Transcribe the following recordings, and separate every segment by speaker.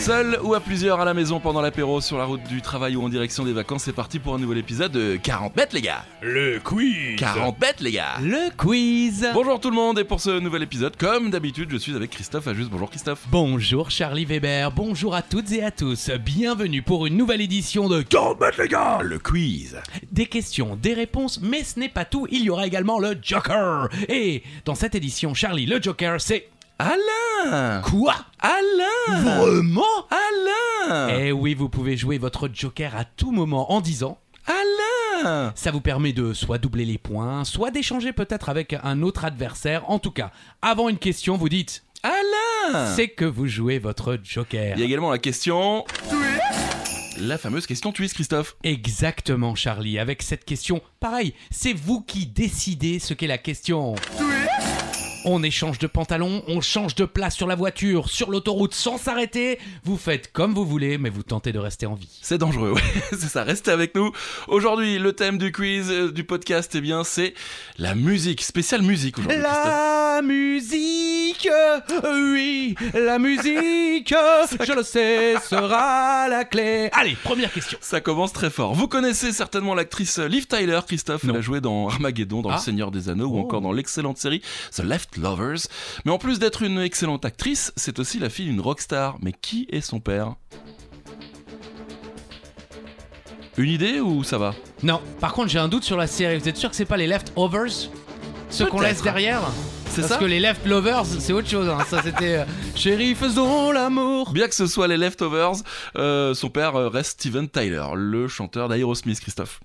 Speaker 1: Seul ou à plusieurs à la maison pendant l'apéro, sur la route du travail ou en direction des vacances, c'est parti pour un nouvel épisode de 40 mètres, les gars.
Speaker 2: Le quiz.
Speaker 1: 40 mètres, les gars.
Speaker 3: Le quiz.
Speaker 1: Bonjour tout le monde et pour ce nouvel épisode, comme d'habitude, je suis avec Christophe Ajus. Bonjour Christophe.
Speaker 3: Bonjour Charlie Weber, bonjour à toutes et à tous, bienvenue pour une nouvelle édition de
Speaker 2: les gars.
Speaker 1: Le quiz.
Speaker 3: Des questions, des réponses, mais ce n'est pas tout, il y aura également le Joker. Et dans cette édition, Charlie, le Joker, c'est
Speaker 1: Alain
Speaker 3: quoi
Speaker 1: Alain
Speaker 3: Vraiment
Speaker 1: Alain
Speaker 3: Eh oui, vous pouvez jouer votre Joker à tout moment en disant
Speaker 1: Alain
Speaker 3: Ça vous permet de soit doubler les points, soit d'échanger peut-être avec un autre adversaire. En tout cas, avant une question, vous dites
Speaker 1: Alain
Speaker 3: c'est que vous jouez votre Joker.
Speaker 1: Il y a également la question. La fameuse question twist, Christophe.
Speaker 3: Exactement, Charlie. Avec cette question, pareil, c'est vous qui décidez ce qu'est la question. On échange de pantalon, on change de place sur la voiture, sur l'autoroute sans s'arrêter. Vous faites comme vous voulez, mais vous tentez de rester en vie.
Speaker 1: C'est dangereux, ouais, c'est ça, restez avec nous. Aujourd'hui, le thème du quiz, euh, du podcast, eh bien, c'est la musique, spéciale musique aujourd'hui, Christophe.
Speaker 3: La musique, oui, la musique, je le sais, sera la clé. Allez, première question.
Speaker 1: Ça commence très fort. Vous connaissez certainement l'actrice Liv Tyler, Christophe. Elle
Speaker 3: Non.
Speaker 1: a joué dans Armageddon, dans
Speaker 3: Ah.
Speaker 1: Le Seigneur des Anneaux ou
Speaker 3: Oh.
Speaker 1: encore dans l'excellente série The Left Lovers. Mais en plus d'être une excellente actrice, c'est aussi la fille d'une rockstar. Mais qui est son père Une idée ou ça va
Speaker 3: Non, par contre, j'ai un doute sur la série. Vous êtes sûr que c'est pas les leftovers Ceux qu'on
Speaker 1: Peut-être.
Speaker 3: laisse derrière
Speaker 1: C'est
Speaker 3: Parce
Speaker 1: ça
Speaker 3: que les Left Lovers, c'est autre chose. hein. Ça, c'était euh, Chérie, faisons l'amour.
Speaker 1: Bien que ce soit les Leftovers, euh, son père euh, reste Steven Tyler, le chanteur d'Aerosmith, Christophe.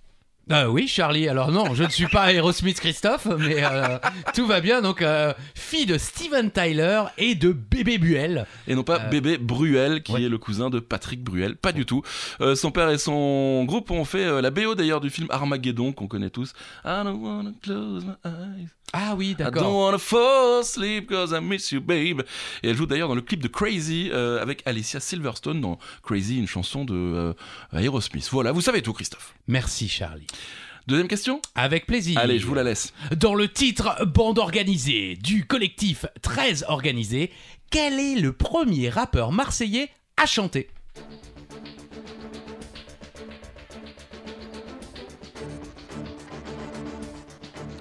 Speaker 3: Ah oui, Charlie. Alors, non, je ne suis pas Aerosmith Christophe, mais euh, tout va bien. Donc, euh, fille de Steven Tyler et de Bébé Buell.
Speaker 1: Et non pas
Speaker 3: Euh,
Speaker 1: Bébé Bruel, qui
Speaker 3: ouais.
Speaker 1: est le cousin de Patrick Bruel. Pas du tout. Euh, son père et son groupe ont fait euh, la BO d'ailleurs du film Armageddon, qu'on connaît tous. I don't wanna close my eyes.
Speaker 3: Ah oui,
Speaker 1: I don't
Speaker 3: d'accord.
Speaker 1: wanna fall asleep cause I miss you, babe. Et elle joue d'ailleurs dans le clip de Crazy euh, avec Alicia Silverstone dans Crazy, une chanson de euh, Aerosmith. Voilà, vous savez tout, Christophe.
Speaker 3: Merci, Charlie.
Speaker 1: Deuxième question
Speaker 3: Avec plaisir.
Speaker 1: Allez, je vous la laisse.
Speaker 3: Dans le titre Bande organisée du collectif 13 organisé, quel est le premier rappeur marseillais à chanter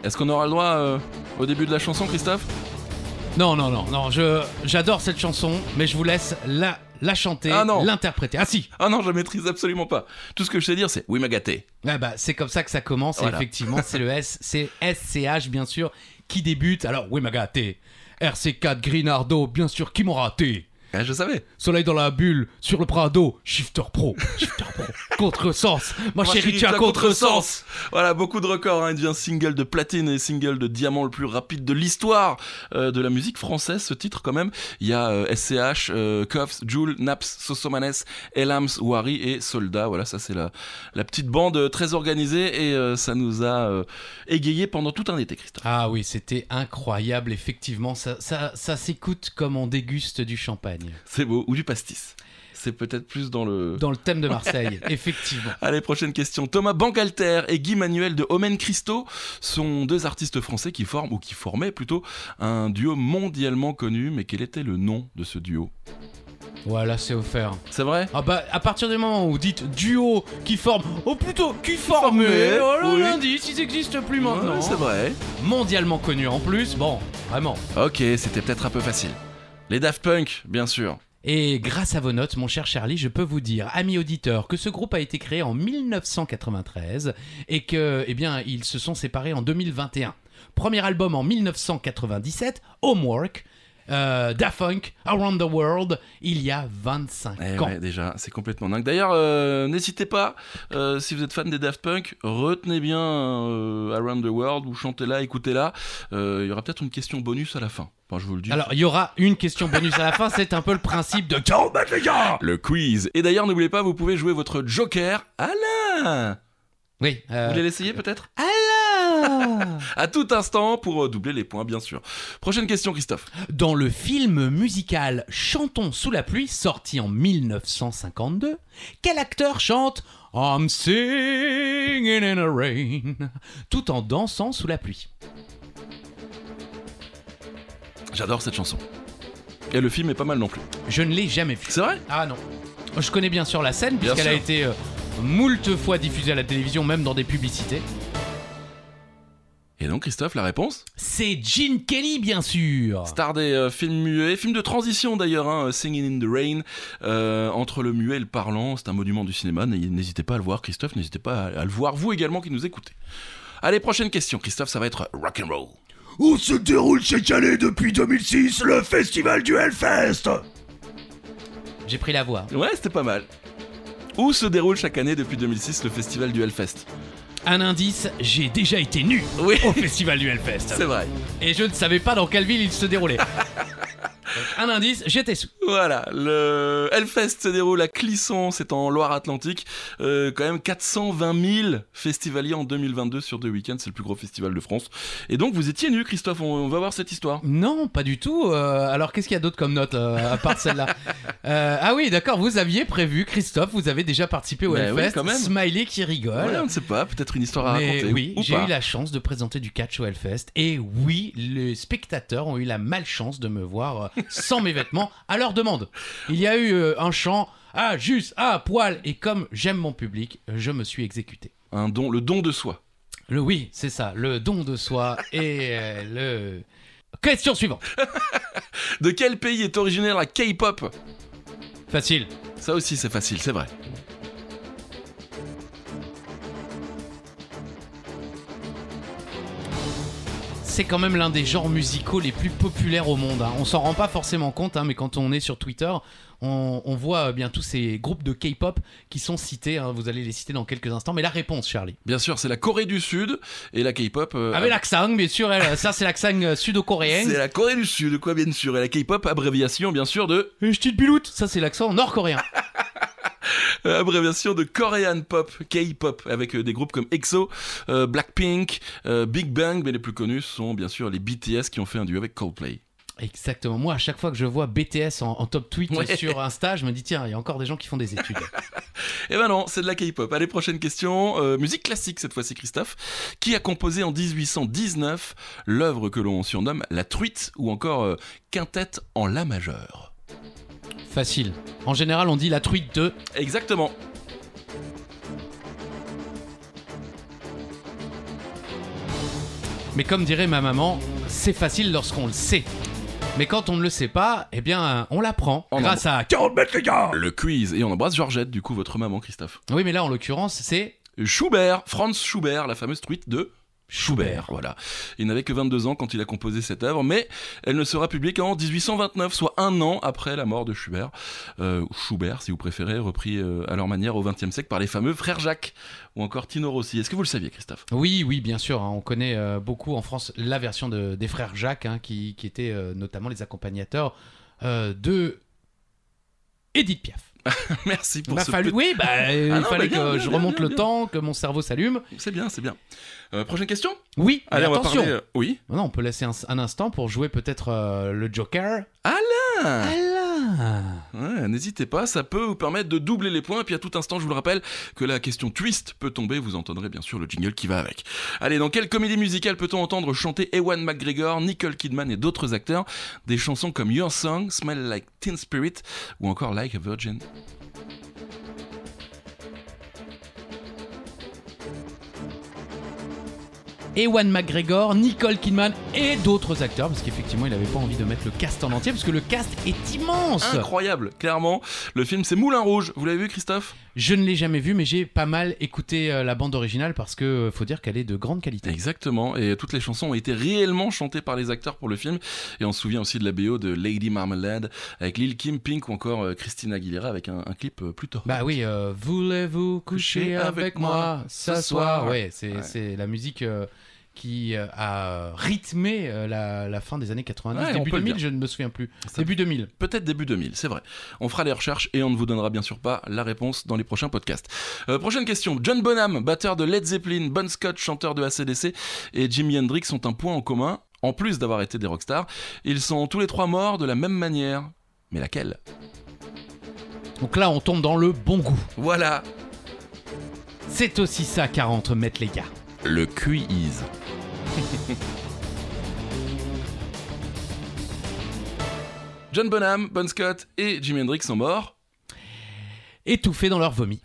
Speaker 1: Est-ce qu'on aura le droit euh, au début de la chanson, Christophe
Speaker 3: Non, non, non, non, je, j'adore cette chanson, mais je vous laisse la, la chanter,
Speaker 1: Ah non.
Speaker 3: l'interpréter. Ah si
Speaker 1: Ah non, je la maîtrise absolument pas. Tout ce que je sais dire, c'est oui, m'a gâté.
Speaker 3: ah bah, C'est comme ça que ça commence, et
Speaker 1: Voilà.
Speaker 3: effectivement, c'est le S, c'est SCH, bien sûr, qui débute. Alors, oui, ma gâté. RC4, Grinardo, bien sûr, qui m'ont raté
Speaker 1: Ah, je savais.
Speaker 3: Soleil dans la bulle, sur le Prado, Shifter Pro, Shifter Pro, contresens, ma Oh, chérie, tu as contresens.
Speaker 1: Voilà, beaucoup de records. hein. Il devient single de platine et single de diamant le plus rapide de l'histoire euh, de la musique française. Ce titre, quand même, il y a euh, SCH, euh, Cuffs, Jules, Naps, Sosomanes, Elams, Wari et Soldat. Voilà, ça c'est la, la petite bande euh, très organisée et euh, ça nous a euh, égayé pendant tout un été, Christophe.
Speaker 3: Ah oui, c'était incroyable, effectivement, ça, ça, ça s'écoute comme on déguste du champagne.
Speaker 1: C'est beau. Ou du pastis. C'est peut-être plus dans le...
Speaker 3: Dans le thème de Marseille, effectivement.
Speaker 1: Allez, prochaine question. Thomas Bangalter et Guy Manuel de Omen Christo sont deux artistes français qui forment, ou qui formaient plutôt, un duo mondialement connu. Mais quel était le nom de ce duo
Speaker 3: Voilà, c'est offert.
Speaker 1: C'est vrai
Speaker 3: Ah bah, à partir du moment où vous dites duo qui forme, ou plutôt qui forme,
Speaker 1: formait,
Speaker 3: voilà
Speaker 1: oui.
Speaker 3: l'indice, ils n'existent plus maintenant. hein.
Speaker 1: Ouais, C'est vrai.
Speaker 3: Mondialement connu en plus, bon, vraiment.
Speaker 1: Ok, c'était peut-être un peu facile. Les Daft Punk, bien sûr.
Speaker 3: Et grâce à vos notes, mon cher Charlie, je peux vous dire, amis auditeurs, que ce groupe a été créé en 1993 et que, eh bien, ils se sont séparés en 2021. Premier album en 1997, Homework, euh, Da Funk, Around the World, il y a 25
Speaker 1: Eh
Speaker 3: ans.
Speaker 1: ouais, déjà, c'est complètement dingue. D'ailleurs, euh, n'hésitez pas, euh, si vous êtes fan des Daft Punk, retenez bien euh, Around the World, ou chantez-la, écoutez-la. Euh, Il y aura peut-être une question bonus à la fin. Enfin, je vous le dis.
Speaker 3: Alors, il y aura une question bonus à la fin, c'est un peu le principe de
Speaker 1: Le quiz. Et d'ailleurs, n'oubliez pas, vous pouvez jouer votre Joker, Alain.
Speaker 3: Oui.
Speaker 1: Vous
Speaker 3: euh,
Speaker 1: voulez l'essayer peut-être
Speaker 3: Alain
Speaker 1: À tout instant pour euh, doubler les points, bien sûr. Prochaine question, Christophe.
Speaker 3: Dans le film musical Chantons sous la pluie, sorti en 1952, quel acteur chante I'm singing in the rain, tout en dansant sous la pluie.
Speaker 1: J'adore cette chanson. Et le film est pas mal non plus.
Speaker 3: Je ne l'ai jamais vu.
Speaker 1: C'est vrai
Speaker 3: Ah non. Je connais bien sûr la scène,
Speaker 1: Bien
Speaker 3: puisqu'elle a
Speaker 1: sûr.
Speaker 3: été euh, moult fois diffusée à la télévision, même dans des publicités.
Speaker 1: Et donc, Christophe, la réponse
Speaker 3: C'est Gene Kelly, bien sûr.
Speaker 1: Star des euh, films muets, film de transition d'ailleurs, hein, Singing in the Rain, euh, entre le muet et le parlant, c'est un monument du cinéma, n'ayez- n'hésitez pas à le voir Christophe, n'hésitez pas à, à le voir vous également qui nous écoutez. Allez, prochaine question Christophe, ça va être rock and roll.
Speaker 2: Où se déroule chaque année depuis 2006 le festival du Hellfest
Speaker 3: J'ai pris la voix.
Speaker 1: Ouais, c'était pas mal. Où se déroule chaque année depuis 2006 le festival du Hellfest
Speaker 3: Un indice, j'ai déjà été nu
Speaker 1: Oui,
Speaker 3: au festival du Hellfest.
Speaker 1: c'est vrai.
Speaker 3: Et je ne savais pas dans quelle ville il se déroulait. Donc, un indice, j'étais sous.
Speaker 1: Voilà, le Hellfest se déroule à Clisson, c'est en Loire-Atlantique. Euh, quand même 420 000 festivaliers en 2022 sur deux week-ends, c'est le plus gros festival de France. Et donc vous étiez nu, Christophe, on, on va voir cette histoire.
Speaker 3: Non, pas du tout. euh, alors, qu'est-ce qu'il y a d'autre comme note euh, à part celle-là Euh, Ah oui, d'accord, vous aviez prévu, Christophe, vous avez déjà participé au
Speaker 1: Bah oui,
Speaker 3: Hellfest.
Speaker 1: quand même.
Speaker 3: Smiley qui rigole.
Speaker 1: Ouais, on ne sait pas, peut-être une histoire à
Speaker 3: Mais
Speaker 1: raconter.
Speaker 3: oui,
Speaker 1: ou
Speaker 3: j'ai
Speaker 1: pas.
Speaker 3: eu la chance de présenter du catch au Hellfest. Et oui, les spectateurs ont eu la malchance de me voir euh, sans mes vêtements à leur demande. Il y a eu euh, un chant Ah, juste, ah, poil Et comme j'aime mon public, je me suis exécuté.
Speaker 1: Un don, le don de soi.
Speaker 3: Le oui, c'est ça, le don de soi et euh, le. Question suivante.
Speaker 1: De quel pays est originaire la K-pop
Speaker 3: Facile.
Speaker 1: Ça aussi c'est facile, c'est vrai.
Speaker 3: C'est quand même l'un des genres musicaux les plus populaires au monde. hein. On s'en rend pas forcément compte, hein, mais quand on est sur Twitter, on, on voit euh, bien tous ces groupes de K-pop qui sont cités. hein. Vous allez les citer dans quelques instants. Mais la réponse, Charlie.
Speaker 1: Bien sûr, c'est la Corée du Sud et la K-pop. euh,
Speaker 3: Ah, mais l'accent, bien sûr, elle, ça c'est l'accent euh,
Speaker 1: C'est
Speaker 3: sudo-coréen.
Speaker 1: la Corée du Sud, quoi bien sûr. Et la K-pop, abréviation bien sûr de
Speaker 3: Et Euh, je te biloute. Ça c'est l'accent nord-coréen.
Speaker 1: Euh, Abréviation de Korean Pop, K-pop, avec euh, des groupes comme EXO, euh, Blackpink, euh, Big Bang, mais les plus connus sont bien sûr les BTS qui ont fait un duo avec Coldplay.
Speaker 3: Exactement. Moi, à chaque fois que je vois BTS en, en top tweet
Speaker 1: Ouais.
Speaker 3: sur Insta, je me dis tiens, il y a encore des gens qui font des études.
Speaker 1: Et ben non, c'est de la K-pop. Allez, prochaine question. Euh, musique classique cette fois-ci, Christophe. Qui a composé en 1819 l'œuvre que l'on surnomme La Truite ou encore euh, Quintette en La majeure
Speaker 3: Facile. En général, on dit la truite de.
Speaker 1: Exactement.
Speaker 3: Mais comme dirait ma maman, c'est facile lorsqu'on le sait. Mais quand on ne le sait pas, eh bien, on l'apprend
Speaker 1: En
Speaker 3: grâce à.
Speaker 2: 40 mètres les gars
Speaker 1: Le quiz. Et on embrasse Georgette, du coup, votre maman, Christophe.
Speaker 3: Oui, mais là, en l'occurrence, c'est
Speaker 1: Schubert, Franz Schubert, la fameuse truite de Schubert.
Speaker 3: Schubert.
Speaker 1: Voilà. Il n'avait que 22 ans quand il a composé cette œuvre, mais elle ne sera publiée qu'en 1829, soit un an après la mort de Schubert. Euh, ou Schubert, si vous préférez, repris euh, à leur manière au XXe siècle par les fameux frères Jacques ou encore Tino Rossi. Est-ce que vous le saviez, Christophe
Speaker 3: Oui, oui, bien sûr. hein, on connaît euh, beaucoup en France la version de- des frères Jacques, hein, qui, qui étaient euh, notamment les accompagnateurs euh, de Edith Piaf.
Speaker 1: Merci
Speaker 3: Il
Speaker 1: pour
Speaker 3: m'a
Speaker 1: ce
Speaker 3: fallu,
Speaker 1: petit-
Speaker 3: oui, bah, il
Speaker 1: non,
Speaker 3: fallait
Speaker 1: bah, bien,
Speaker 3: que
Speaker 1: bien,
Speaker 3: je
Speaker 1: bien,
Speaker 3: remonte
Speaker 1: bien,
Speaker 3: le
Speaker 1: bien.
Speaker 3: temps, que mon cerveau s'allume.
Speaker 1: C'est bien, c'est bien. Euh, prochaine question
Speaker 3: Oui, mais
Speaker 1: Allez, on
Speaker 3: attention.
Speaker 1: va parler. euh, Oui.
Speaker 3: Non, non, on peut laisser un, un instant pour jouer peut-être euh, le Joker.
Speaker 1: Ah
Speaker 3: Alain.
Speaker 1: Ouais, N'hésitez pas, ça peut vous permettre de doubler les points. Et puis à tout instant, je vous le rappelle, que la question twist peut tomber. Vous entendrez bien sûr le jingle qui va avec. Allez, dans quelle comédie musicale peut-on entendre chanter Ewan McGregor, Nicole Kidman et d'autres acteurs des chansons comme Your Song, Smell Like Teen Spirit ou encore Like a Virgin
Speaker 3: Ewan McGregor, Nicole Kidman et d'autres acteurs, parce qu'effectivement, il n'avait pas envie de mettre le cast en entier, parce que le cast est immense.
Speaker 1: Incroyable, clairement. Le film, c'est Moulin Rouge. Vous l'avez vu, Christophe
Speaker 3: Je ne l'ai jamais vu, mais j'ai pas mal écouté euh, la bande originale parce que euh, faut dire qu'elle est de grande qualité.
Speaker 1: Exactement, et toutes les chansons ont été réellement chantées par les acteurs pour le film. Et on se souvient aussi de la BO de Lady Marmalade avec Lil Kim, Pink ou encore euh, Christina Aguilera avec un, un clip euh, plutôt.
Speaker 3: Bah oui, euh, voulez-vous coucher avec moi ce soir Ouais, c'est
Speaker 1: Ouais.
Speaker 3: c'est la musique euh, qui euh, a rythmé euh, la, la fin des années 90,
Speaker 1: Ouais, on
Speaker 3: début
Speaker 1: peut le
Speaker 3: 2000,
Speaker 1: dire.
Speaker 3: je ne me souviens plus.
Speaker 1: Ça-
Speaker 3: Début 2000.
Speaker 1: Peut-être début 2000, c'est vrai. On fera les recherches et on ne vous donnera bien sûr pas la réponse dans les prochains podcasts. Euh, prochaine question. John Bonham, batteur de Led Zeppelin, Bon Scott, chanteur de ACDC et Jimi Hendrix ont un point en commun. En plus d'avoir été des rockstars, ils sont tous les trois morts de la même manière. Mais laquelle
Speaker 3: Donc là, on tombe dans le bon goût.
Speaker 1: Voilà
Speaker 3: C'est aussi ça 40 mètres les gars.
Speaker 1: Le quiz. John Bonham, Bon Scott et Jimi Hendrix sont morts.
Speaker 3: Étouffés dans leur vomi.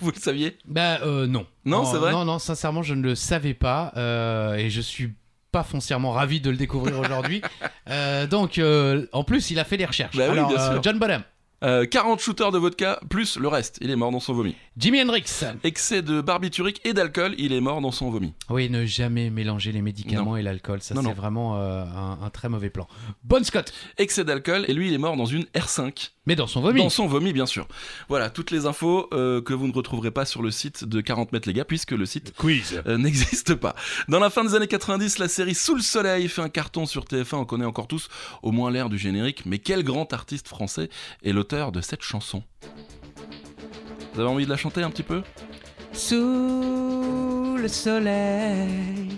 Speaker 1: Vous le saviez
Speaker 3: Bah euh, non.
Speaker 1: Non,
Speaker 3: Oh,
Speaker 1: c'est vrai
Speaker 3: Non, non, sincèrement, je ne le savais pas euh, et je suis pas foncièrement ravi de le découvrir aujourd'hui. Euh, donc, euh, en plus, il a fait des recherches.
Speaker 1: Bah oui,
Speaker 3: Alors,
Speaker 1: bien
Speaker 3: euh,
Speaker 1: sûr.
Speaker 3: John Bonham,
Speaker 1: Euh, 40 shooters de vodka, plus le reste. Il est mort dans son vomi.
Speaker 3: Jimi Hendrix.
Speaker 1: Excès de barbiturique et d'alcool, il est mort dans son vomi.
Speaker 3: Oui, ne jamais mélanger les médicaments et l'alcool, ça
Speaker 1: Non,
Speaker 3: c'est
Speaker 1: non.
Speaker 3: vraiment euh, un, un très mauvais plan. Bon Scott,
Speaker 1: Excès d'alcool, et lui, il est mort dans une R5.
Speaker 3: mais dans son vomi.
Speaker 1: Dans son vomi, bien sûr. Voilà, toutes les infos euh, que vous ne retrouverez pas sur le site de 40 mètres, les gars, puisque le site
Speaker 2: Quiz.
Speaker 1: euh, n'existe pas. Dans la fin des années 90, la série Sous le soleil fait un carton sur TF1, on connaît encore tous au moins l'air du générique, mais quel grand artiste français est l'auteur de cette chanson Vous avez envie de la chanter un petit peu
Speaker 3: Sous le soleil,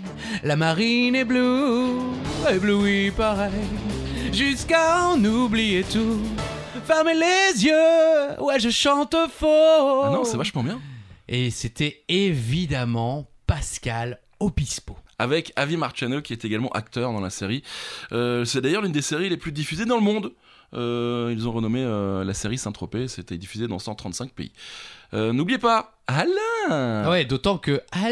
Speaker 3: la marine est bleue, éblouie pareil, jusqu'à en oublier tout. Fermez les yeux, ouais, je chante faux.
Speaker 1: Ah non, c'est vachement bien.
Speaker 3: Et c'était évidemment Pascal Obispo.
Speaker 1: Avec Avi Marciano qui est également acteur dans la série. Euh, c'est d'ailleurs l'une des séries les plus diffusées dans le monde. Euh, ils ont renommé euh, la série Saint-Tropez, c'était diffusé dans 135 pays. Euh, N'oubliez pas, Alain
Speaker 3: Ah Ouais, d'autant que Alain,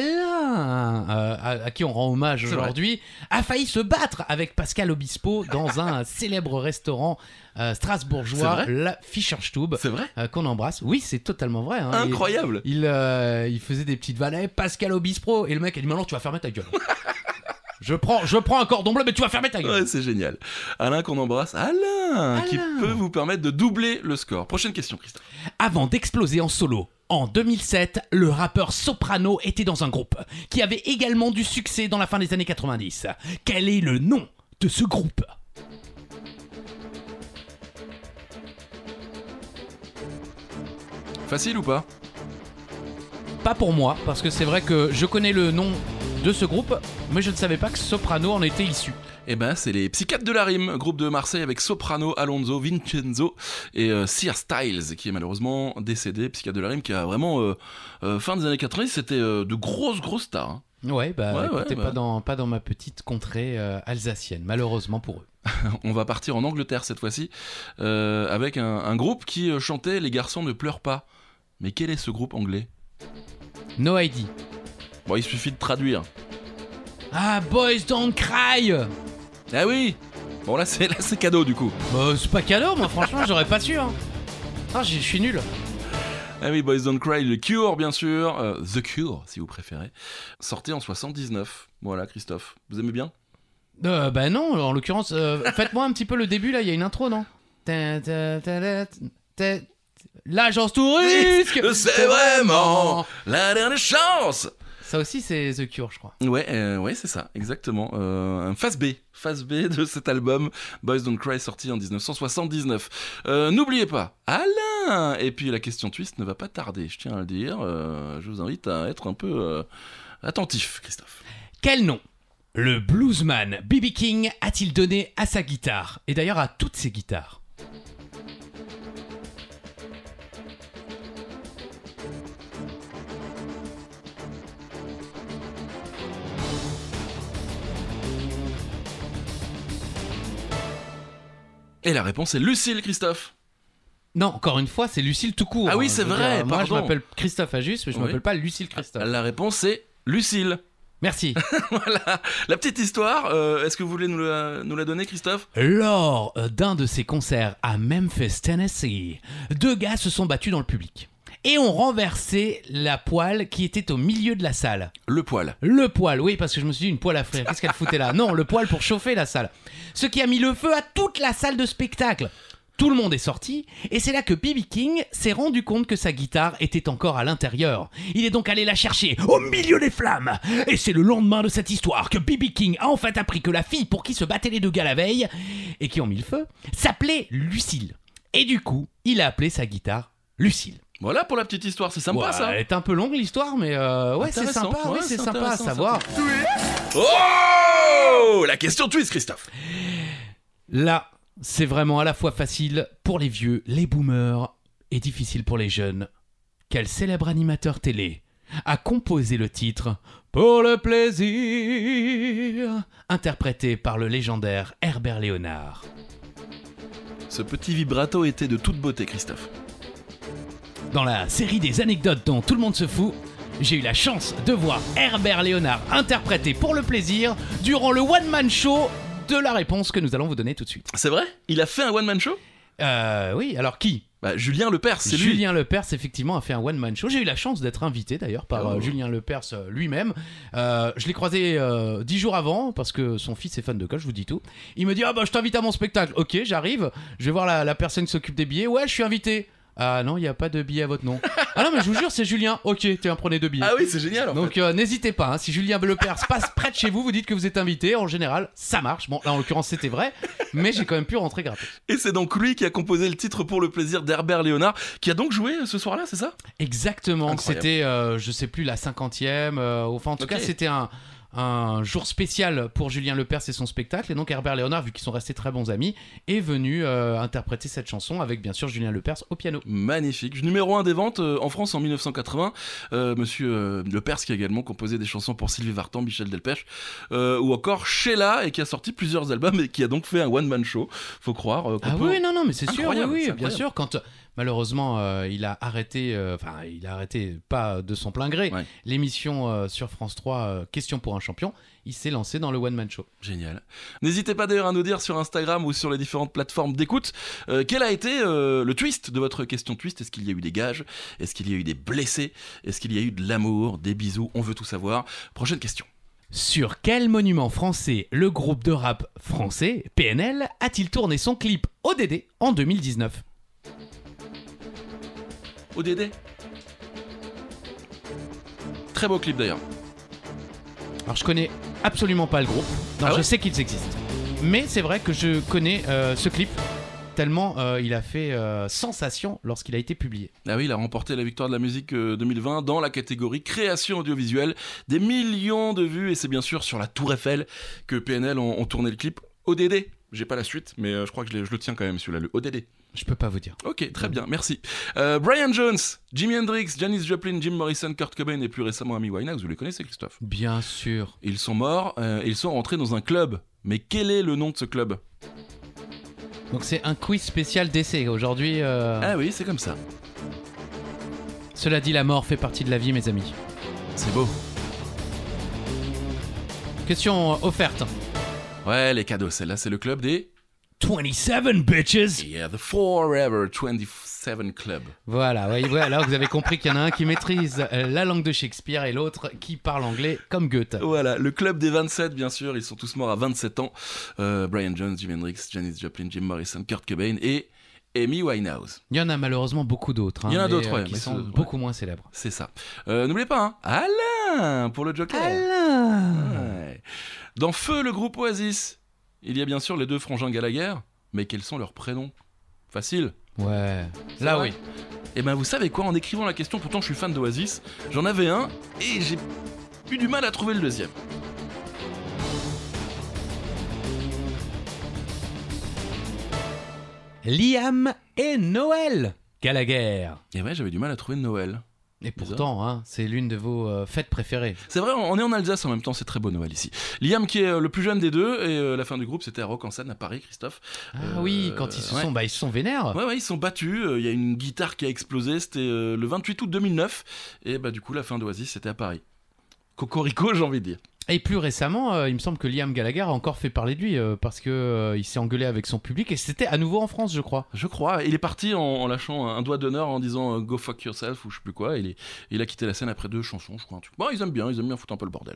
Speaker 3: euh, à, à qui on rend hommage
Speaker 1: C'est vrai.
Speaker 3: aujourd'hui, a failli se battre avec Pascal Obispo dans un célèbre restaurant euh, strasbourgeois,
Speaker 1: C'est vrai
Speaker 3: la Fischerstube,
Speaker 1: C'est vrai
Speaker 3: euh, qu'on embrasse. Oui, c'est totalement vrai. hein. Il-
Speaker 1: Incroyable
Speaker 3: Il, euh, il faisait des petites vannes, Eh, Pascal Obispo, et le mec a dit maintenant tu vas fermer ta gueule. je prends, je prends un cordon bleu, mais tu vas fermer ta gueule.
Speaker 1: Ouais, c'est génial. Alain qu'on embrasse. Alain, qui
Speaker 3: Alain.
Speaker 1: peut vous permettre de doubler le score. Prochaine question, Christophe.
Speaker 3: Avant d'exploser en solo, en 2007, le rappeur Soprano était dans un groupe qui avait également du succès dans la fin des années 90. Quel est le nom de ce groupe
Speaker 1: Facile ou pas
Speaker 3: Pas pour moi, parce que c'est vrai que je connais le nom de ce groupe, mais je ne savais pas que Soprano en était issu.
Speaker 1: Eh ben, c'est les Psychiatres de la Rime, groupe de Marseille avec Soprano, Alonso, Vincenzo et euh, Sear Styles, qui est malheureusement décédé. Psychiatre de la Rime, qui a vraiment, euh, euh, fin des années 90, c'était euh, de grosses, grosses stars. hein.
Speaker 3: Ouais, bah
Speaker 1: Ouais, ouais,
Speaker 3: écoutez,
Speaker 1: bah.
Speaker 3: Pas, dans, pas dans ma petite contrée euh, alsacienne, malheureusement pour eux.
Speaker 1: On va partir en Angleterre cette fois-ci, euh, avec un, un groupe qui euh, chantait Les garçons ne pleurent pas. Mais quel est ce groupe anglais
Speaker 3: No ID.
Speaker 1: Bon, il suffit de traduire.
Speaker 3: Ah, Boys Don't Cry
Speaker 1: Ah oui Bon, là, c'est là, c'est cadeau du coup.
Speaker 3: Bah, c'est pas cadeau, moi, franchement, j'aurais pas su, hein. Ah, je je suis nul.
Speaker 1: Ah oui, Boys Don't Cry, The Cure, bien sûr. euh, The Cure, si vous préférez. Sorti en 79. Voilà, Christophe. Vous aimez bien
Speaker 3: Euh, bah non, en l'occurrence, euh, faites-moi un petit peu le début, là, il y a une intro, non Ta- ta- ta- ta- ta- L'agence touriste
Speaker 1: C'est vraiment la dernière chance
Speaker 3: Ça aussi, c'est The Cure, je crois.
Speaker 1: Ouais, euh, ouais c'est ça, exactement. Euh, un face B. Face B de cet album Boys Don't Cry, sorti en 1979. Euh, N'oubliez pas, Alain Et puis la question twist ne va pas tarder, je tiens à le dire. Euh, je vous invite à être un peu euh, attentif, Christophe.
Speaker 3: Quel nom le bluesman B.B. King a-t-il donné à sa guitare Et d'ailleurs à toutes ses guitares.
Speaker 1: Et la réponse est Lucille, Christophe
Speaker 3: Non, encore une fois, c'est Lucille tout court.
Speaker 1: Ah oui,
Speaker 3: hein,
Speaker 1: c'est
Speaker 3: je veux
Speaker 1: vrai,
Speaker 3: moi, je
Speaker 1: pardon.
Speaker 3: m'appelle Christophe Ajus, mais je
Speaker 1: Oui.
Speaker 3: m'appelle pas Lucille Christophe.
Speaker 1: La réponse est Lucille
Speaker 3: Merci.
Speaker 1: Voilà, la petite histoire, euh, est-ce que vous voulez nous la, nous la donner, Christophe
Speaker 3: Lors euh, d'un de ses concerts à Memphis, Tennessee, deux gars se sont battus dans le public. Et ont renversé la poêle qui était au milieu de la salle.
Speaker 1: Le poil.
Speaker 3: Le poêle, oui, parce que je me suis dit une poêle à frire. Qu'est-ce qu'elle foutait là Non, le poêle pour chauffer la salle. Ce qui a mis le feu à toute la salle de spectacle. Tout le monde est sorti, et c'est là que B.B. King s'est rendu compte que sa guitare était encore à l'intérieur. Il est donc allé la chercher, au milieu des flammes Et c'est le lendemain de cette histoire que B.B. King a enfin appris que la fille pour qui se battaient les deux gars la veille, et qui ont mis le feu, s'appelait Lucille. Et du coup, il a appelé sa guitare Lucille.
Speaker 1: Voilà pour la petite histoire, c'est sympa
Speaker 3: Ouais,
Speaker 1: ça
Speaker 3: Elle est un peu longue l'histoire, mais euh, ouais, c'est
Speaker 1: Intéressant,
Speaker 3: sympa, oui,
Speaker 1: ouais,
Speaker 3: c'est
Speaker 1: c'est
Speaker 3: sympa à
Speaker 1: intéressant,
Speaker 3: savoir.
Speaker 1: Oh La question twist, Christophe
Speaker 3: Là, c'est vraiment à la fois facile pour les vieux, les boomers, et difficile pour les jeunes. Quel célèbre animateur télé a composé le titre Pour le plaisir, interprété par le légendaire Herbert Léonard.
Speaker 1: Ce petit vibrato était de toute beauté, Christophe.
Speaker 3: Dans la série des anecdotes dont tout le monde se fout, j'ai eu la chance de voir Herbert Léonard interpréter pour le plaisir durant le one-man show de la réponse que nous allons vous donner tout de suite.
Speaker 1: C'est vrai Il a fait un one-man show
Speaker 3: Euh, oui, alors qui
Speaker 1: Bah, Julien Lepers, c'est lui.
Speaker 3: Julien Lepers, effectivement, a fait un one-man show. J'ai eu la chance d'être invité d'ailleurs par
Speaker 1: Oh.
Speaker 3: euh, Julien Lepers euh, lui-même. Euh, je l'ai croisé euh, dix jours avant parce que son fils est fan de coach, je vous dis tout. Il me dit Ah bah je t'invite à mon spectacle. Ok, j'arrive. Je vais voir la, la personne qui s'occupe des billets. Ouais, je suis invité. Ah non, il n'y a pas de billets à votre nom. ah non, mais je vous jure, c'est Julien. Ok, tiens, prenez deux billets.
Speaker 1: Ah oui, c'est génial. en fait.
Speaker 3: Donc euh, n'hésitez pas, hein, si Julien Lepers passe près de chez vous, vous dites que vous êtes invité. En général, ça marche. Bon, là en l'occurrence, c'était vrai, mais j'ai quand même pu rentrer gratos.
Speaker 1: Et c'est donc lui qui a composé le titre pour le plaisir d'Herbert Léonard, qui a donc joué euh, ce soir-là, c'est ça
Speaker 3: Exactement,
Speaker 1: Incroyable.
Speaker 3: c'était, euh, je sais plus, la cinquantième. euh, enfin, en tout
Speaker 1: Ok.
Speaker 3: cas, c'était un, un jour spécial pour Julien Lepers et son spectacle. Et donc, Herbert Léonard, vu qu'ils sont restés très bons amis, est venu euh, interpréter cette chanson avec, bien sûr, Julien Lepers au piano.
Speaker 1: Magnifique. Numéro 1 des ventes euh, en France en 1980. Euh, monsieur euh, Lepers qui a également composé des chansons pour Sylvie Vartan, Michel Delpech, euh, ou encore Sheila, et qui a sorti plusieurs albums et qui a donc fait un one-man show. Faut croire. euh, qu'on
Speaker 3: Ah
Speaker 1: peut-
Speaker 3: oui, non, non, mais c'est sûr, oui,
Speaker 1: Incroyable,
Speaker 3: oui,
Speaker 1: c'est
Speaker 3: bien
Speaker 1: incroyable.
Speaker 3: sûr. Quand euh, malheureusement euh, il a arrêté, euh, enfin il a arrêté pas de son plein gré,
Speaker 1: Ouais.
Speaker 3: l'émission euh, sur France 3, euh, Question pour un champion, il s'est lancé dans le One Man Show.
Speaker 1: Génial. N'hésitez pas d'ailleurs à nous dire sur Instagram ou sur les différentes plateformes d'écoute euh, quel a été euh, le twist de votre question twist. Est-ce qu'il y a eu des gages Est-ce qu'il y a eu des blessés Est-ce qu'il y a eu de l'amour Des bisous On veut tout savoir. Prochaine question.
Speaker 3: Sur quel monument français le groupe de rap français PNL a-t-il tourné son clip ODD en 2019
Speaker 1: ODD Très beau clip d'ailleurs.
Speaker 3: Alors je connais absolument pas le groupe. Non,
Speaker 1: Ah
Speaker 3: je
Speaker 1: ouais
Speaker 3: sais qu'ils existent, mais c'est vrai que je connais euh, ce clip tellement euh, il a fait euh, sensation lorsqu'il a été publié.
Speaker 1: Ah oui, il a remporté la victoire de la musique euh, 2020 dans la catégorie création audiovisuelle. Des millions de vues et c'est bien sûr sur la Tour Eiffel que PNL ont, ont tourné le clip ODD. J'ai pas la suite, mais euh, je crois que je, l'ai- je le tiens quand même celui-là, le ODD.
Speaker 3: Je peux pas vous dire.
Speaker 1: Ok, très bien, merci. Euh, Brian Jones, Jimi Hendrix, Janis Joplin, Jim Morrison, Kurt Cobain et plus récemment Amy Winehouse, vous les connaissez Christophe
Speaker 3: Bien sûr.
Speaker 1: Ils sont morts, euh, ils sont rentrés dans un club. Mais quel est le nom de ce club
Speaker 3: Donc c'est un quiz spécial d'essai. Aujourd'hui, euh,
Speaker 1: Ah oui, c'est comme ça.
Speaker 3: cela dit, la mort fait partie de la vie, mes amis.
Speaker 1: C'est beau.
Speaker 3: Question euh, offerte.
Speaker 1: Ouais, les cadeaux, celle-là, c'est le club des...
Speaker 3: 27 bitches
Speaker 1: Yeah, the Forever 27 Club.
Speaker 3: Voilà, ouais, voilà, vous avez compris qu'il y en a un qui maîtrise euh, la langue de Shakespeare et l'autre qui parle anglais comme Goethe.
Speaker 1: Voilà, le club des 27, bien sûr, ils sont tous morts à 27 ans. Euh, Brian Jones, Jimi Hendrix, Janis Joplin, Jim Morrison, Kurt Cobain et Amy Winehouse.
Speaker 3: Il y en a malheureusement beaucoup d'autres. hein,
Speaker 1: Il y en a
Speaker 3: mais,
Speaker 1: d'autres,
Speaker 3: euh,
Speaker 1: ouais,
Speaker 3: qui
Speaker 1: mais
Speaker 3: sont
Speaker 1: c'est- ouais.
Speaker 3: beaucoup moins célèbres.
Speaker 1: C'est ça. Euh, N'oubliez pas, hein, Alain pour le Joker. Ouais. Dans Feu, le groupe Oasis, il y a bien sûr les deux frangins Gallagher, mais quels sont leurs prénoms Facile.
Speaker 3: Ouais.
Speaker 1: c'est
Speaker 3: Là,
Speaker 1: vrai
Speaker 3: oui.
Speaker 1: Et ben vous savez quoi, en écrivant la question, pourtant je suis fan d'Oasis, j'en avais un et j'ai eu du mal à trouver le deuxième.
Speaker 3: Liam et Noël Gallagher.
Speaker 1: Et ouais, j'avais du mal à trouver Noël.
Speaker 3: Et pourtant, hein, c'est l'une de vos euh, fêtes préférées.
Speaker 1: C'est vrai, on est en Alsace en même temps, c'est très beau Noël ici. Liam qui est euh, le plus jeune des deux, et euh, la fin du groupe c'était à Rock en scène à Paris, Christophe.
Speaker 3: Ah
Speaker 1: Euh,
Speaker 3: oui, quand ils se
Speaker 1: ouais.
Speaker 3: sont, bah, ils se sont vénères.
Speaker 1: Ouais, ouais, ils sont battus. euh, Il y a une guitare qui a explosé. C'était euh, le 28 août 2009. Et bah, du coup, la fin d'Oasis, c'était à Paris. Cocorico, j'ai envie de dire.
Speaker 3: Et plus récemment, euh, il me semble que Liam Gallagher a encore fait parler de lui euh, parce que euh, il s'est engueulé avec son public et c'était à nouveau en France, je crois.
Speaker 1: Je crois. Il est parti en, en lâchant un doigt d'honneur en disant euh, Go fuck yourself ou je sais plus quoi. Il, est, il a quitté la scène après deux chansons, je crois. Un truc. Bon, ils aiment bien, ils aiment bien foutre un peu le bordel.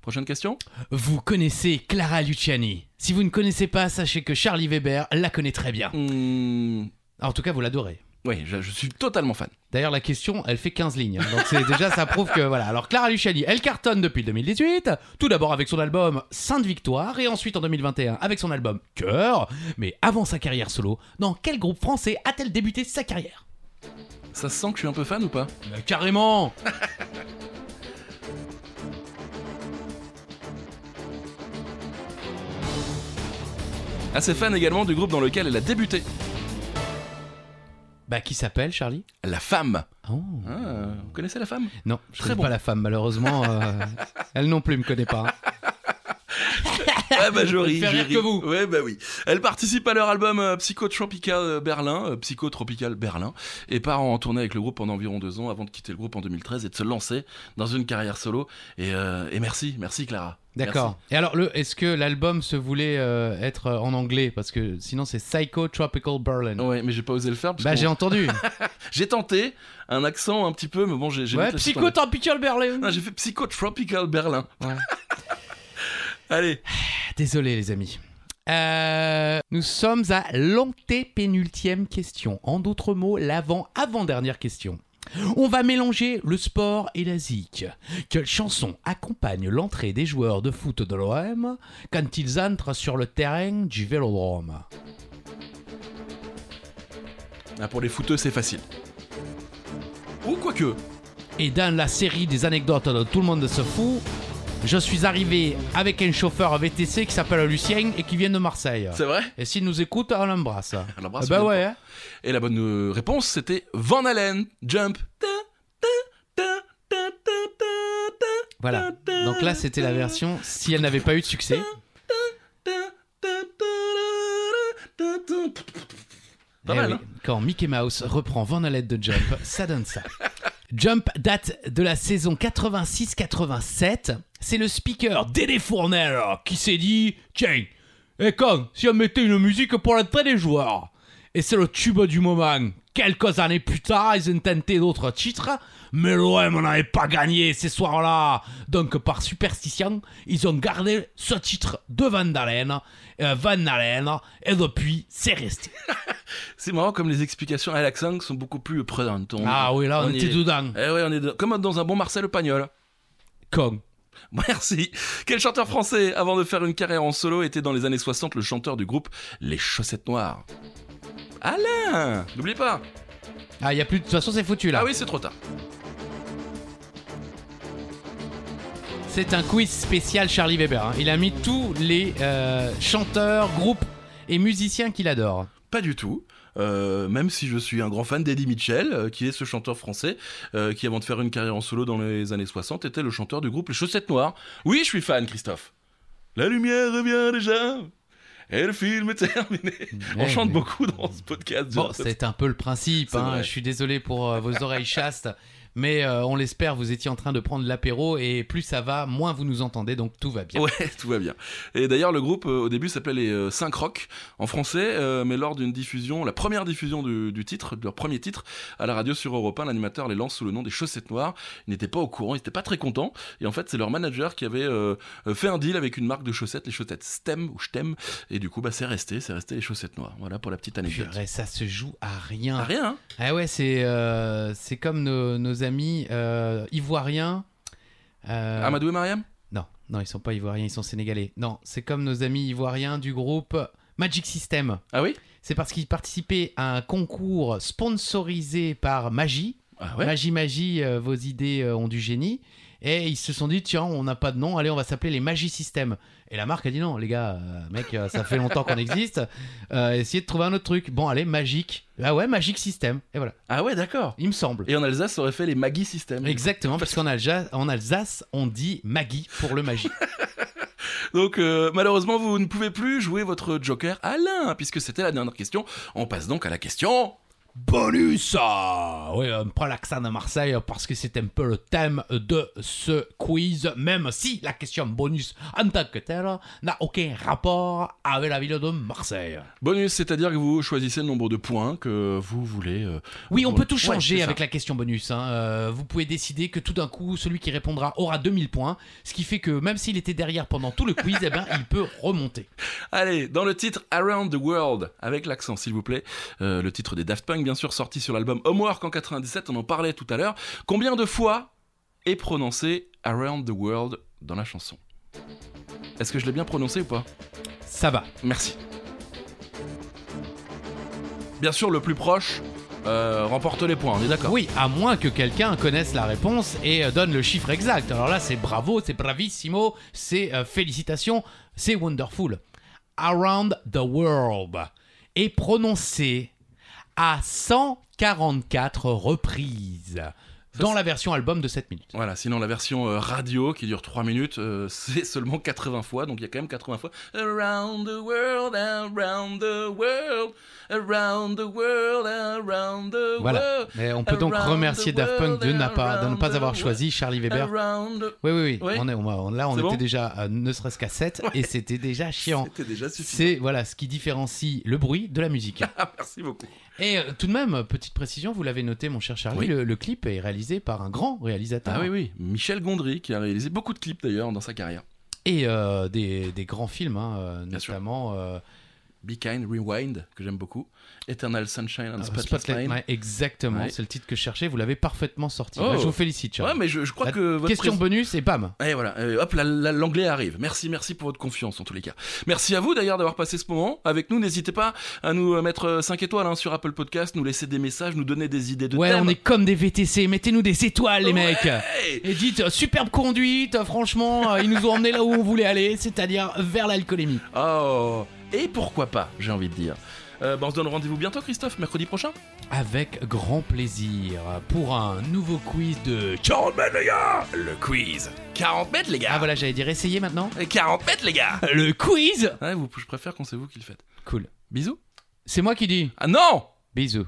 Speaker 1: Prochaine question
Speaker 3: Vous connaissez Clara Luciani. Si vous ne connaissez pas, sachez que Charlie Weber la connaît très bien.
Speaker 1: Hmm,
Speaker 3: En tout cas, vous l'adorez.
Speaker 1: Oui, je, je suis totalement fan.
Speaker 3: D'ailleurs, la question, elle fait 15 lignes. hein, Donc c'est déjà, ça prouve que voilà. Alors Clara Luciani, elle cartonne depuis 2018. Tout d'abord avec son album Sainte Victoire et ensuite en 2021 avec son album Cœur. Mais avant sa carrière solo, dans quel groupe français a-t-elle débuté sa carrière
Speaker 1: Ça se sent que je suis un peu fan ou pas
Speaker 3: Mais Carrément
Speaker 1: Assez fan également du groupe dans lequel elle a débuté.
Speaker 3: Bah, qui s'appelle Charlie
Speaker 1: La femme.
Speaker 3: Oh.
Speaker 1: Ah, vous connaissez la femme
Speaker 3: Non, je
Speaker 1: Très
Speaker 3: connais
Speaker 1: bon.
Speaker 3: pas la femme, malheureusement. euh, elle non plus me connaît pas.
Speaker 1: Ah bah je
Speaker 3: Il
Speaker 1: ris,
Speaker 3: fait
Speaker 1: je
Speaker 3: rire
Speaker 1: ris.
Speaker 3: que vous.
Speaker 1: Ouais bah oui. Elle participe à leur album euh, Psycho Tropical euh, Berlin, euh, Psycho Tropical Berlin, et part en tournée avec le groupe pendant environ deux ans avant de quitter le groupe en 2013 et de se lancer dans une carrière solo. Et, euh, et merci, merci Clara. Merci.
Speaker 3: D'accord. Et alors, le, est-ce que l'album se voulait euh, être en anglais Parce que sinon, c'est Psycho Tropical Berlin.
Speaker 1: Ouais, mais j'ai pas osé le faire. parce
Speaker 3: Bah,
Speaker 1: qu'on-
Speaker 3: j'ai entendu.
Speaker 1: j'ai tenté un accent un petit peu, mais bon, j'ai. j'ai mis
Speaker 3: ouais,
Speaker 1: la
Speaker 3: Psycho
Speaker 1: suite en-
Speaker 3: Tropical Berlin.
Speaker 1: Non, j'ai fait Psycho Tropical Berlin.
Speaker 3: Ouais.
Speaker 1: Allez,
Speaker 3: Ah, Désolé, les amis. Euh, nous sommes à l'antépénultième question. En d'autres mots, l'avant-avant-dernière question. On va mélanger le sport et la zik. Quelle chanson accompagne l'entrée des joueurs de foot de l'OM quand ils entrent sur le terrain du vélodrome
Speaker 1: Ah, pour les fouteux, c'est facile. Ou quoique.
Speaker 3: Et dans la série des anecdotes dont tout le monde se fout, je suis arrivé avec un chauffeur VTC qui s'appelle Lucien et qui vient de Marseille.
Speaker 1: C'est vrai
Speaker 3: Et s'il nous écoute, on l'embrasse.
Speaker 1: On l'embrasse,
Speaker 3: Eh ben
Speaker 1: on
Speaker 3: ouais. hein.
Speaker 1: Et la bonne euh, réponse, c'était Van Halen, Jump.
Speaker 3: Voilà. Donc là, c'était la version si elle n'avait pas eu de succès.
Speaker 1: Pas
Speaker 3: Eh
Speaker 1: mal,
Speaker 3: oui.
Speaker 1: hein
Speaker 3: Quand Mickey Mouse reprend Van Halen de Jump, ça donne ça. Jump date de la saison 86-87. C'est le speaker Dédé Fournel qui s'est dit Tiens, et comme si on mettait une musique pour l'entrée des joueurs Et c'est le tube du moment. Quelques années plus tard, ils ont tenté d'autres titres, mais l'OM n'avait pas gagné ces soirs-là. Donc, par superstition, ils ont gardé ce titre de Van Halen, euh, Van Halen, et depuis, c'est resté.
Speaker 1: C'est marrant comme les explications à l'accent sont beaucoup plus prenantes. On-
Speaker 3: Ah oui, là, on,
Speaker 1: y
Speaker 3: était
Speaker 1: est.
Speaker 3: dedans.
Speaker 1: Eh ouais, on est dans- comme dans un bon Marcel Pagnol.
Speaker 3: Con.
Speaker 1: Merci. Quel chanteur français, avant de faire une carrière en solo, était dans les années 60 le chanteur du groupe Les Chaussettes Noires Alain N'oublie pas
Speaker 3: Ah, il y a plus de... de toute façon, c'est foutu, là.
Speaker 1: Ah oui, c'est trop tard.
Speaker 3: C'est un quiz spécial Charlie Weber. hein. Il a mis tous les euh, chanteurs, groupes et musiciens qu'il adore.
Speaker 1: Pas du tout. Euh, même si je suis un grand fan d'Eddie Mitchell, euh, qui est ce chanteur français, euh, qui avant de faire une carrière en solo dans les années 60, était le chanteur du groupe Les Chaussettes Noires. Oui, je suis fan, Christophe. La lumière revient déjà. Et le film est terminé. On
Speaker 3: Ouais,
Speaker 1: chante
Speaker 3: mais-
Speaker 1: beaucoup dans ce podcast.
Speaker 3: Eh Bon,
Speaker 1: genre.
Speaker 3: c'est un peu le principe.
Speaker 1: C'est
Speaker 3: hein.
Speaker 1: vrai.
Speaker 3: Je suis désolé pour euh, vos oreilles chastes. Mais euh, on l'espère, vous étiez en train de prendre l'apéro et plus ça va, moins vous nous entendez, donc tout va bien.
Speaker 1: Ouais, tout va bien. Et d'ailleurs, le groupe euh, au début s'appelait les euh, Cinq Rock en français, euh, mais lors d'une diffusion, la première diffusion du, du titre, de leur premier titre à la radio sur Europe 1, l'animateur les lance sous le nom des Chaussettes Noires. Ils n'étaient pas au courant, ils n'étaient pas très contents. Et en fait, c'est leur manager qui avait euh, euh, fait un deal avec une marque de chaussettes, les chaussettes STEM ou STEM. Et du coup, bah, c'est resté, c'est resté les Chaussettes Noires. Voilà pour la petite anecdote.
Speaker 3: Purée, ça se joue à
Speaker 1: Ah,
Speaker 3: rien.
Speaker 1: rien, hein
Speaker 3: Ah ouais, c'est euh, c'est comme nos, nos amis euh, ivoiriens. euh,
Speaker 1: Amadou et Mariam
Speaker 3: Non, non, ils sont pas ivoiriens, ils sont sénégalais. Non, c'est comme nos amis ivoiriens du groupe Magic System.
Speaker 1: Ah oui
Speaker 3: C'est parce qu'ils participaient à un concours sponsorisé par Magie.
Speaker 1: Ah ouais
Speaker 3: Magie, magie, euh, vos idées euh, ont du génie. Et ils se sont dit, tiens, on n'a pas de nom, allez, on va s'appeler les Magie System. Et la marque a dit, non, les gars, euh, mec, euh, ça fait longtemps qu'on existe. Euh, essayez de trouver un autre truc. Bon, allez, Magic. Ah ouais, Magic System. Et voilà,
Speaker 1: Ah ouais, d'accord.
Speaker 3: il me semble.
Speaker 1: Et en Alsace, ça aurait fait les Maggie System.
Speaker 3: Exactement, parce qu'en Alsace, en Alsace, on dit Maggie pour le magie.
Speaker 1: Donc euh, malheureusement vous ne pouvez plus jouer votre Joker Alain puisque c'était la dernière question. On passe donc à la question.
Speaker 3: Bonus ah, Oui, on prend l'accent de Marseille parce que c'est un peu le thème de ce quiz, même si la question bonus en tant que telle n'a aucun rapport avec la ville de Marseille.
Speaker 1: Bonus, c'est-à-dire que vous choisissez le nombre de points que vous voulez. euh,
Speaker 3: Oui, on
Speaker 1: Ouais,
Speaker 3: peut tout
Speaker 1: c'est
Speaker 3: changer
Speaker 1: ça.
Speaker 3: avec la question bonus. hein. Euh, vous pouvez décider que tout d'un coup, celui qui répondra aura 2000 points, ce qui fait que même s'il était derrière pendant tout le quiz, eh ben, il peut remonter.
Speaker 1: Allez, dans le titre Around the World, avec l'accent s'il vous plaît, euh, le titre des Daft Punk bien sûr sorti sur l'album Homework en 97, on en parlait tout à l'heure. Combien de fois est prononcé Around the World dans la chanson Est-ce que je l'ai bien prononcé ou pas
Speaker 3: Ça va.
Speaker 1: Merci. Bien sûr, le plus proche euh, remporte les points, on est d'accord
Speaker 3: Oui, à moins que quelqu'un connaisse la réponse et euh, donne le chiffre exact. Alors là, c'est bravo, c'est bravissimo, c'est euh, félicitations, c'est wonderful. Around the world est prononcé à 100 44 reprises dans la version album de 7 minutes.
Speaker 1: Voilà, sinon la version euh, radio qui dure 3 minutes, euh, c'est seulement 80 fois, donc il y a quand même 80 fois. Around the world, around the world, around the world, around the
Speaker 3: Voilà.
Speaker 1: world.
Speaker 3: Mais on peut donc
Speaker 1: Around
Speaker 3: remercier
Speaker 1: the
Speaker 3: Daft Punk de,
Speaker 1: world,
Speaker 3: n'a pas, de ne
Speaker 1: around
Speaker 3: pas
Speaker 1: the
Speaker 3: avoir
Speaker 1: world,
Speaker 3: choisi Charlie Weber.
Speaker 1: Around the-
Speaker 3: Oui, oui, oui.
Speaker 1: Oui.
Speaker 3: On est, on va- on- là, on
Speaker 1: C'est
Speaker 3: était
Speaker 1: bon
Speaker 3: déjà à ne serait-ce qu'à 7 et c'était déjà chiant.
Speaker 1: C'était déjà suffisant.
Speaker 3: C'est voilà ce qui différencie le bruit de la musique.
Speaker 1: Ah, merci beaucoup.
Speaker 3: Et euh, tout de même, petite précision, vous l'avez noté, mon cher Charlie,
Speaker 1: Oui.
Speaker 3: le, le clip est réalisé par un grand réalisateur.
Speaker 1: Ah oui, oui. Michel Gondry, qui a réalisé beaucoup de clips d'ailleurs dans sa carrière.
Speaker 3: Et euh, des, des grands films, hein, euh,
Speaker 1: Bien sûr.
Speaker 3: notamment euh,
Speaker 1: Be Kind, Rewind, que j'aime beaucoup. Eternal Sunshine and
Speaker 3: euh,
Speaker 1: Ah, Spotless
Speaker 3: Spotlight.
Speaker 1: Mind.
Speaker 3: Ouais, exactement,
Speaker 1: Ouais.
Speaker 3: c'est le titre que je cherchais, vous l'avez parfaitement sorti.
Speaker 1: Oh.
Speaker 3: Bah, je vous félicite,
Speaker 1: Ouais,
Speaker 3: Charlie.
Speaker 1: mais je, je crois
Speaker 3: La
Speaker 1: que votre
Speaker 3: Question bonus et bam
Speaker 1: Et voilà, euh, hop, la- la- l'anglais arrive. Merci, merci pour votre confiance en tous les cas. Merci à vous d'ailleurs d'avoir passé ce moment avec nous. N'hésitez pas à nous euh, mettre euh, 5 étoiles hein, sur Apple Podcast, nous laisser des messages, nous donner des idées de
Speaker 3: Ouais,
Speaker 1: thèmes.
Speaker 3: on est comme des VTC, mettez-nous des étoiles, les mecs
Speaker 1: Hey
Speaker 3: Et dites, euh, superbe conduite, euh, franchement, euh, ils nous ont emmenés là où on voulait aller, c'est-à-dire vers l'alcoolémie.
Speaker 1: Oh, et pourquoi pas, j'ai envie de dire. Euh, bah, on se donne rendez-vous bientôt, Christophe, mercredi prochain.
Speaker 3: Avec grand plaisir, pour un nouveau quiz de...
Speaker 1: 40 mètres, les gars Le quiz 40 mètres, les
Speaker 3: Ah
Speaker 1: gars
Speaker 3: voilà, j'allais dire, essayez maintenant.
Speaker 1: Et 40 mètres, les gars
Speaker 3: Le quiz
Speaker 1: Ouais, vous, Je préfère quand c'est vous qui le faites.
Speaker 3: Cool.
Speaker 1: Bisous
Speaker 3: C'est moi qui dis.
Speaker 1: Ah non
Speaker 3: Bisous.